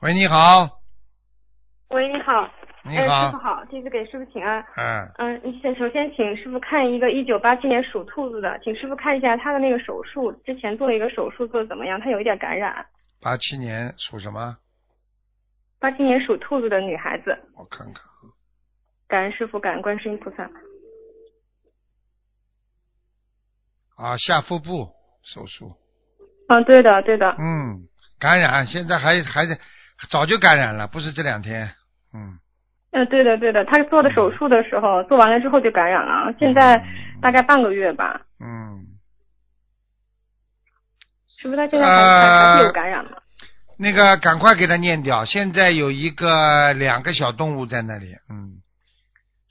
[SPEAKER 1] 喂，你好，
[SPEAKER 5] 喂，你好，
[SPEAKER 1] 你
[SPEAKER 5] 哎，
[SPEAKER 1] 好
[SPEAKER 5] 师傅，好，弟子给师傅请安。
[SPEAKER 3] 哎
[SPEAKER 1] 嗯，
[SPEAKER 3] 呃
[SPEAKER 5] 嗯，先首先请师傅看一个一九八七年属兔子的，请师傅看一下他的那个手术，之
[SPEAKER 3] 啊
[SPEAKER 5] 前做了一个手术做的怎么样？他有一点感染，
[SPEAKER 1] 八七年属什么？
[SPEAKER 3] 八七年属兔子的女孩子，
[SPEAKER 1] 我看看，
[SPEAKER 3] 感恩师傅，感恩观世音菩萨。
[SPEAKER 1] 啊，下腹部手术，
[SPEAKER 3] 嗯，对的，对的，
[SPEAKER 1] 嗯，感染，现在还还在，早就感染了，不是这两天，嗯，
[SPEAKER 3] 嗯，对的，对的，她做的手术的时候，做完了之后就感染了，啊现在大概半个月吧，
[SPEAKER 1] 嗯。
[SPEAKER 3] 是不是她现在还还还是
[SPEAKER 1] 呃
[SPEAKER 3] 有感染吗？
[SPEAKER 1] 那个赶快给它念掉。现在有一个两个小动物在那里，嗯，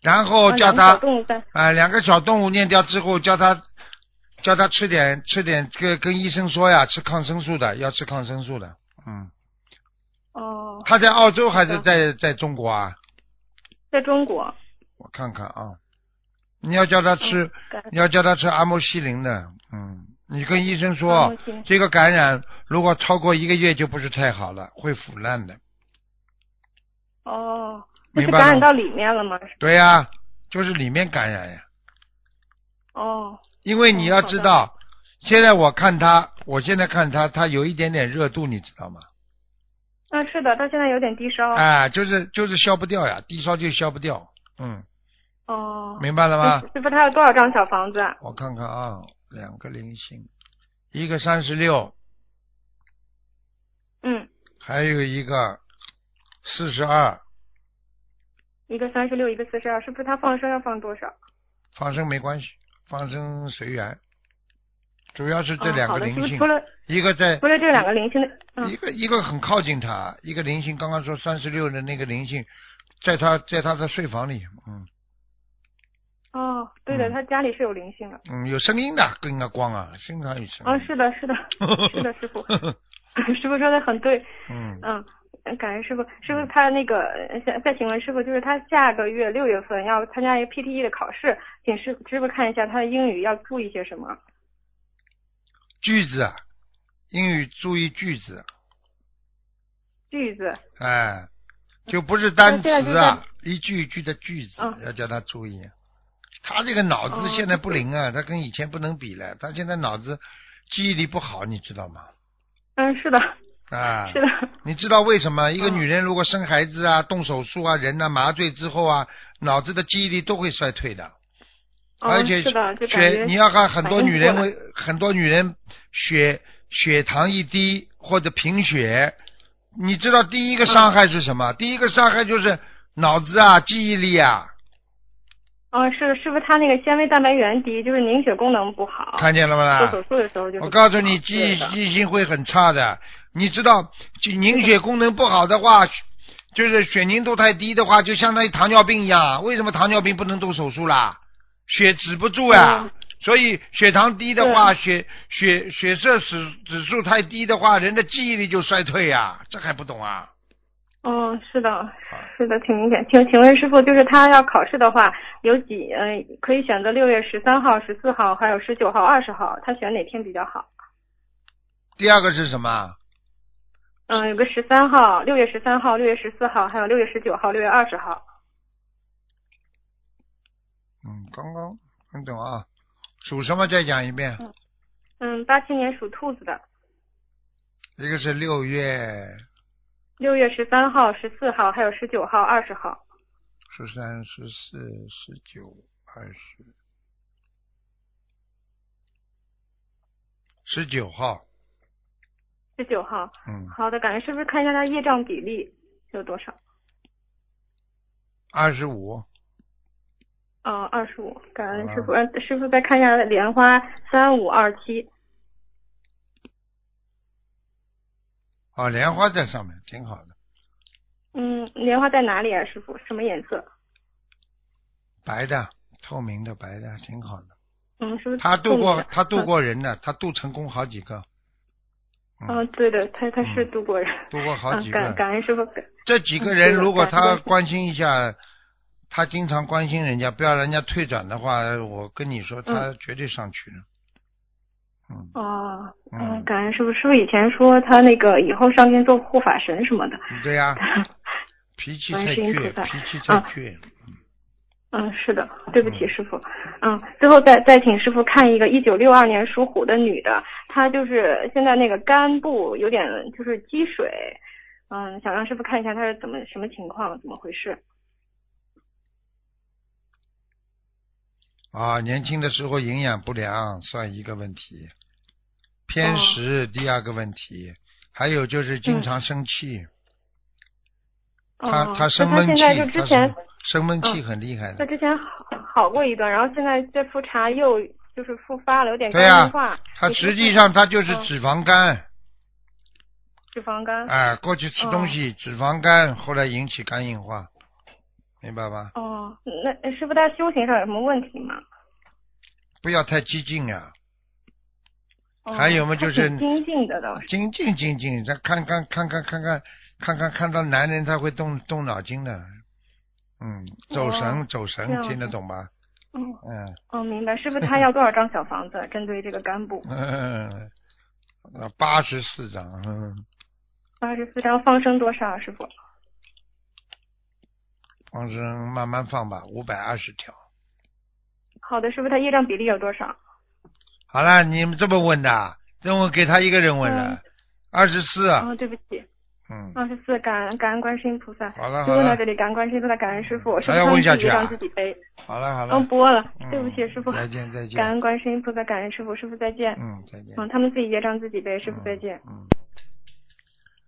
[SPEAKER 1] 然后
[SPEAKER 3] 啊
[SPEAKER 1] 哦叫
[SPEAKER 3] 两个小
[SPEAKER 1] 他
[SPEAKER 3] 动物在，
[SPEAKER 1] 啊、两个小动物念掉之后，叫他叫他吃点吃点，跟跟医生说呀，吃抗生素的，要吃抗生素的，嗯，
[SPEAKER 3] 哦，
[SPEAKER 1] 他在澳洲还是
[SPEAKER 3] 好
[SPEAKER 1] 在在中国啊？
[SPEAKER 3] 在中国，嗯
[SPEAKER 1] 我看看啊，你要叫他吃，
[SPEAKER 3] 感恩
[SPEAKER 1] 你要叫他吃阿莫西林的，嗯，你跟医生
[SPEAKER 3] 阿
[SPEAKER 1] 说
[SPEAKER 3] 莫西林，
[SPEAKER 1] 这个感染如果超过一个月就不是太好了，会腐烂的。
[SPEAKER 3] 哦，那是
[SPEAKER 1] 明白
[SPEAKER 3] 感染
[SPEAKER 1] 吗
[SPEAKER 3] 到里面了吗？
[SPEAKER 1] 对呀、就是里面感染呀。
[SPEAKER 3] 哦，
[SPEAKER 1] 因为你要知道，现在我看他，我现在看他，他有一点点热度，你知道吗？
[SPEAKER 3] 那是的，她现在有点低烧，
[SPEAKER 1] 啊，就是就是消不掉呀，低烧就消不掉。嗯，
[SPEAKER 3] 哦，
[SPEAKER 1] 明白了吗？
[SPEAKER 3] 师傅，她有多少张小房子啊？
[SPEAKER 1] 我看看啊，两个零星，一个三十六，
[SPEAKER 3] 嗯，
[SPEAKER 1] 还有一个四十二，
[SPEAKER 3] 一个三十六，一个四十二，是不是她放生要放多少？
[SPEAKER 1] 放生没关系，放生随缘。主要是这
[SPEAKER 3] 嗯
[SPEAKER 1] 两
[SPEAKER 3] 好
[SPEAKER 1] 个
[SPEAKER 3] 的，是
[SPEAKER 1] 灵
[SPEAKER 3] 不是
[SPEAKER 1] 性，
[SPEAKER 3] 除了
[SPEAKER 1] 一个在
[SPEAKER 3] 除了这两个零星的，
[SPEAKER 1] 一
[SPEAKER 3] 嗯，
[SPEAKER 1] 个一个很靠近他，一个灵性，刚刚说三十六的那个灵性，在他在他的睡房里，嗯
[SPEAKER 3] 哦，对的，
[SPEAKER 1] 嗯
[SPEAKER 3] 她家里是有灵性的。
[SPEAKER 1] 嗯，有声音的，跟个光啊，经常有声音。
[SPEAKER 3] 啊，是的， 是的，是的，师傅， 师傅说的很对，
[SPEAKER 1] 嗯，
[SPEAKER 3] 嗯，感恩师傅，师傅他那个呃想再请问师傅，就是他下个月六月份要参加一个 PTE 的考试，请师师傅看一下他的英语要注意些什么。
[SPEAKER 1] 句子，啊，英语注意句子，
[SPEAKER 3] 句子，
[SPEAKER 1] 哎，就不是单词
[SPEAKER 3] 嗯那现在
[SPEAKER 1] 啊，一句一句的句子，
[SPEAKER 3] 嗯
[SPEAKER 1] 要叫他注意。啊他这个脑子
[SPEAKER 3] 哦
[SPEAKER 1] 现在不灵啊，他跟以前不能比了，他现在脑子记忆力不好，你知道吗？
[SPEAKER 3] 嗯，是的，
[SPEAKER 1] 啊，
[SPEAKER 3] 是的，
[SPEAKER 1] 你知道为什么一个
[SPEAKER 3] 嗯
[SPEAKER 1] 女人如果生孩子啊、动手术啊、人呐、麻醉之后啊，脑子的记忆力都会衰退的，而
[SPEAKER 3] 嗯，
[SPEAKER 1] 且
[SPEAKER 3] 是的，就感
[SPEAKER 1] 血
[SPEAKER 3] 觉
[SPEAKER 1] 你要看很多女人
[SPEAKER 3] 反
[SPEAKER 1] 会很多女人血血糖一低或者贫血，你知道第
[SPEAKER 3] 嗯
[SPEAKER 1] 一个伤害是什么？第一个伤害就是脑子啊、记忆力啊，
[SPEAKER 3] 嗯，是师傅他那个纤维蛋白原低，就是凝血功能不好，
[SPEAKER 1] 看见了吗？
[SPEAKER 3] 做
[SPEAKER 1] 啦？
[SPEAKER 3] 手术的时候哦就是
[SPEAKER 1] 我
[SPEAKER 3] 不好。
[SPEAKER 1] 告诉你，记忆
[SPEAKER 3] 对的
[SPEAKER 1] 记性会很差的。你知道，就凝血功能不好的话，就是血凝度太低的话，就相当于糖尿病一样。为什么糖尿病不能动手术啦？血止不住呀、
[SPEAKER 3] 嗯
[SPEAKER 1] 所以血糖低的话，血血血色指指数太低的话，人的记忆力就衰退呀、这还不懂啊？
[SPEAKER 3] 嗯，是的，是的，挺明显。请请问师傅，就是他要考试的话，有几嗯、可以选择六月十三号、十四号，还有十九号、二十号，他选哪天比较好？
[SPEAKER 1] 第二个是什么？
[SPEAKER 3] 嗯，有个十三号，六月十三号、六月十四号，还有六月十九号、六月二十号。
[SPEAKER 1] 嗯，刚刚没懂啊？属什么？再讲一遍。
[SPEAKER 3] 嗯，八七年属兔子的，
[SPEAKER 1] 一个是六月
[SPEAKER 3] 六月十三号、十四号，还有十九号、二十号。
[SPEAKER 1] 十三、十四、十九、二十，十九号，
[SPEAKER 3] 十九号，
[SPEAKER 1] 嗯，
[SPEAKER 3] 好的，感觉是不是看一下他业障比例有多少？
[SPEAKER 1] 二十五，
[SPEAKER 3] 嗯，二十五，感恩
[SPEAKER 1] 好
[SPEAKER 3] 师傅。嗯，师傅再看一下莲花三五二七。
[SPEAKER 1] 啊，莲花在上面，挺好的，
[SPEAKER 3] 嗯，莲花在哪里啊，师傅？什么颜色？
[SPEAKER 1] 白的，透明的，白的，挺好的。
[SPEAKER 3] 嗯，是不是
[SPEAKER 1] 他渡过，他
[SPEAKER 3] 度
[SPEAKER 1] 渡。过人的，他渡成功好几个，
[SPEAKER 3] 嗯，对的，他他是
[SPEAKER 1] 嗯
[SPEAKER 3] 渡过人。
[SPEAKER 1] 渡过好
[SPEAKER 3] 嗯，
[SPEAKER 1] 几
[SPEAKER 3] 感
[SPEAKER 1] 个。
[SPEAKER 3] 感恩师傅。感
[SPEAKER 1] 这几个人
[SPEAKER 3] 嗯对
[SPEAKER 1] 如果
[SPEAKER 3] 感觉
[SPEAKER 1] 他
[SPEAKER 3] 是
[SPEAKER 1] 关心一下，他经常关心人家，不要人家退转的话，我跟你说，他绝对上去了。嗯
[SPEAKER 3] 哦，嗯，
[SPEAKER 1] 嗯，
[SPEAKER 3] 感恩师傅。师傅以前说他那个以后上天做护法神 什么的。
[SPEAKER 1] 对呀、脾气
[SPEAKER 3] 观
[SPEAKER 1] 太
[SPEAKER 3] 世音菩
[SPEAKER 1] 倔，
[SPEAKER 3] 萨
[SPEAKER 1] 脾气太
[SPEAKER 3] 啊
[SPEAKER 1] 倔。
[SPEAKER 3] 嗯，是的，对不起，师傅。嗯，最后再再请师傅看一个一九六二年属虎的女的，她就是现在那个肝部有点就是积水，嗯，想让师傅看一下他是怎么什么情况，怎么回事？
[SPEAKER 1] 啊，年轻的时候营养不良算一个问题，偏食、第二个问题，还有就是经常生气，他
[SPEAKER 3] 哦
[SPEAKER 1] 他生
[SPEAKER 3] 那
[SPEAKER 1] 闷
[SPEAKER 3] 现
[SPEAKER 1] 气，
[SPEAKER 3] 在就之
[SPEAKER 1] 他
[SPEAKER 3] 前
[SPEAKER 1] 生生闷气
[SPEAKER 3] 嗯
[SPEAKER 1] 很厉害的
[SPEAKER 3] 那，之前好好过一段，然后现在这复查又就是复发了，有点
[SPEAKER 1] 对
[SPEAKER 3] 肝
[SPEAKER 1] 呀
[SPEAKER 3] 硬化，
[SPEAKER 1] 他
[SPEAKER 3] 也是
[SPEAKER 1] 实际上他就是
[SPEAKER 3] 嗯
[SPEAKER 1] 脂肪肝，
[SPEAKER 3] 脂肪肝。
[SPEAKER 1] 哎，过去吃东
[SPEAKER 3] 嗯
[SPEAKER 1] 西脂肪肝，后来引起肝硬化，明白吗？
[SPEAKER 3] 哦，那那师傅他修行上有什么问题吗？
[SPEAKER 1] 不要太激进啊呀、
[SPEAKER 3] 哦
[SPEAKER 1] 还有嘛
[SPEAKER 3] 他
[SPEAKER 1] 就是
[SPEAKER 3] 挺精进的倒是。
[SPEAKER 1] 精进精进，他看看看看看看看看看到男人他会动动脑筋的，嗯，走神、
[SPEAKER 3] 哦
[SPEAKER 1] 走神
[SPEAKER 3] 这样，子
[SPEAKER 1] 听得懂吧？
[SPEAKER 3] 哦
[SPEAKER 1] 嗯
[SPEAKER 3] 哦，明白。师傅他要多少张小房子？针对这个肝部，
[SPEAKER 1] 嗯，那 八十四章，嗯，
[SPEAKER 3] 八十四张放生多少？啊师傅，
[SPEAKER 1] 放生慢慢放吧，五百二十条。
[SPEAKER 3] 好的，师傅他业障比例有多少？
[SPEAKER 1] 好了，你们这么问的，这我给他一个人问
[SPEAKER 3] 嗯
[SPEAKER 1] 了，二十四，啊
[SPEAKER 3] 哦，对不起，
[SPEAKER 1] 嗯，
[SPEAKER 3] 二十四，感恩感恩观世音菩萨。
[SPEAKER 1] 好了
[SPEAKER 3] 就
[SPEAKER 1] 好
[SPEAKER 3] 问到
[SPEAKER 1] 了
[SPEAKER 3] 这里，感恩观世音菩萨，感恩师傅。师
[SPEAKER 1] 还要
[SPEAKER 3] 傅
[SPEAKER 1] 问下
[SPEAKER 3] 自
[SPEAKER 1] 去
[SPEAKER 3] 己
[SPEAKER 1] 啊
[SPEAKER 3] 让自己背。
[SPEAKER 1] 好了好了，
[SPEAKER 3] 嗯，播了，
[SPEAKER 1] 嗯
[SPEAKER 3] 对不起，师傅。
[SPEAKER 1] 再见再见，
[SPEAKER 3] 感恩观世音菩萨，感恩师傅，师傅再见。
[SPEAKER 1] 嗯再见，
[SPEAKER 3] 嗯，他们自己业障自己背，师傅再见。
[SPEAKER 1] 嗯。